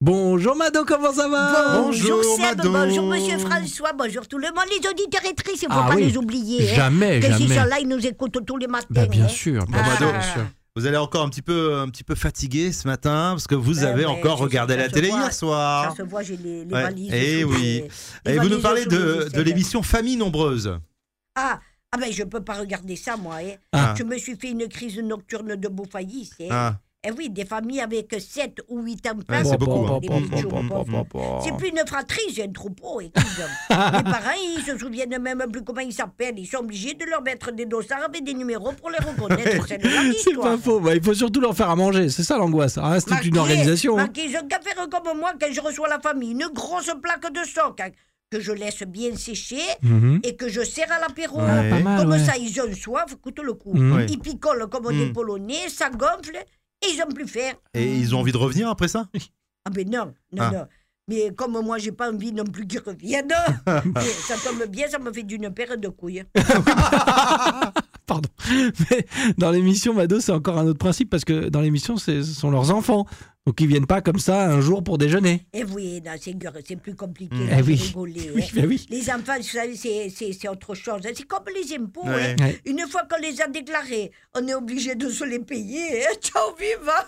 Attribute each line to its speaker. Speaker 1: Bonjour Mado, comment ça va
Speaker 2: Bonjour,
Speaker 3: Bonjour Seb,
Speaker 2: Mado.
Speaker 3: bonjour Monsieur François, bonjour tout le monde, les auditeurs et tristes, il ne faut
Speaker 1: Ah
Speaker 3: pas
Speaker 1: oui.
Speaker 3: les oublier. hein,
Speaker 1: Jamais,
Speaker 3: que ces
Speaker 1: jamais.
Speaker 3: gens-là, ils nous écoutent tous les matins.
Speaker 1: Bah, bien
Speaker 3: hein.
Speaker 1: sûr.
Speaker 2: Bon, Mado,
Speaker 1: bien sûr.
Speaker 2: vous allez encore un petit peu, un petit peu fatigué ce matin parce que vous
Speaker 3: Eh
Speaker 2: avez
Speaker 3: ouais,
Speaker 2: encore
Speaker 3: je-
Speaker 2: regardé
Speaker 3: ça
Speaker 2: la
Speaker 3: se
Speaker 2: télé
Speaker 3: voit. Ça
Speaker 2: hier soir.
Speaker 3: se voit, j'ai les, les
Speaker 2: Ouais.
Speaker 3: valises.
Speaker 2: Eh
Speaker 3: sous
Speaker 2: oui.
Speaker 3: les- les
Speaker 2: Et vous nous
Speaker 3: valises
Speaker 2: parlez
Speaker 3: sous
Speaker 2: de,
Speaker 3: les
Speaker 2: de l'émission Famille Nombreuse.
Speaker 3: Ah, ah ben je peux pas regarder ça moi. hein.
Speaker 2: Ah.
Speaker 3: Je me suis fait une crise nocturne de bouffaillis. Hein.
Speaker 2: Ah,
Speaker 3: Eh oui, des familles avec 7 ou 8
Speaker 2: Ouais,
Speaker 3: enfants.
Speaker 2: c'est
Speaker 1: Bon,
Speaker 2: beaucoup,
Speaker 1: ah. bon,
Speaker 2: hein.
Speaker 1: bon,
Speaker 3: Mm,
Speaker 1: bon,
Speaker 3: mm,
Speaker 1: bon,
Speaker 3: mm,
Speaker 1: bon, bon.
Speaker 3: C'est plus une fratrie, c'est un troupeau. écoute donc. les parents, ils se souviennent même plus comment ils s'appellent. Ils sont obligés de leur mettre des dossards avec des numéros pour les reconnaître. c'est de la
Speaker 1: C'est
Speaker 3: histoire.
Speaker 1: pas faux. Bah, il faut surtout leur faire à manger. C'est ça l'angoisse. Ah, c'est toute une
Speaker 3: Marquis,
Speaker 1: organisation. hein.
Speaker 3: Marquis, je cafère comme moi quand je reçois la famille. Une grosse plaque de soc hein, que je laisse bien sécher
Speaker 1: Mhm.
Speaker 3: et que je sers à l'apéro.
Speaker 2: Ah,
Speaker 1: Pas mal,
Speaker 3: Comme
Speaker 1: ouais.
Speaker 3: ça, ils ont soif, coûte le coup.
Speaker 1: Mhm.
Speaker 2: Ouais.
Speaker 3: Ils picolent comme des
Speaker 2: Mm.
Speaker 3: Polonais, ça gonfle et ils ont plus faim.
Speaker 2: Et ils ont envie de revenir après ça
Speaker 3: Ah ben non, non,
Speaker 2: Ah.
Speaker 3: non. Mais comme moi, j'ai pas envie non plus qu'ils reviennent. Mais ça tombe bien, ça me fait d'une paire de couilles.
Speaker 1: Pardon. Mais dans l'émission, Mado, c'est encore un autre principe parce que dans l'émission, c'est- ce sont leurs enfants. Donc ils viennent pas comme ça un jour pour déjeuner.
Speaker 3: Et Eh oui, non, c'est gur- c'est plus compliqué
Speaker 2: Mm.
Speaker 3: de
Speaker 1: Eh oui.
Speaker 3: rigoler.
Speaker 1: Oui,
Speaker 3: hein.
Speaker 1: bah oui.
Speaker 3: Les enfants, vous savez, c'est- c'est c'est autre chose. hein. C'est comme les impôts. hein.
Speaker 2: Ouais.
Speaker 1: Ouais.
Speaker 3: Une fois qu'on les a déclarés, on est obligé de se les payer. hein. Ciao, vive hein.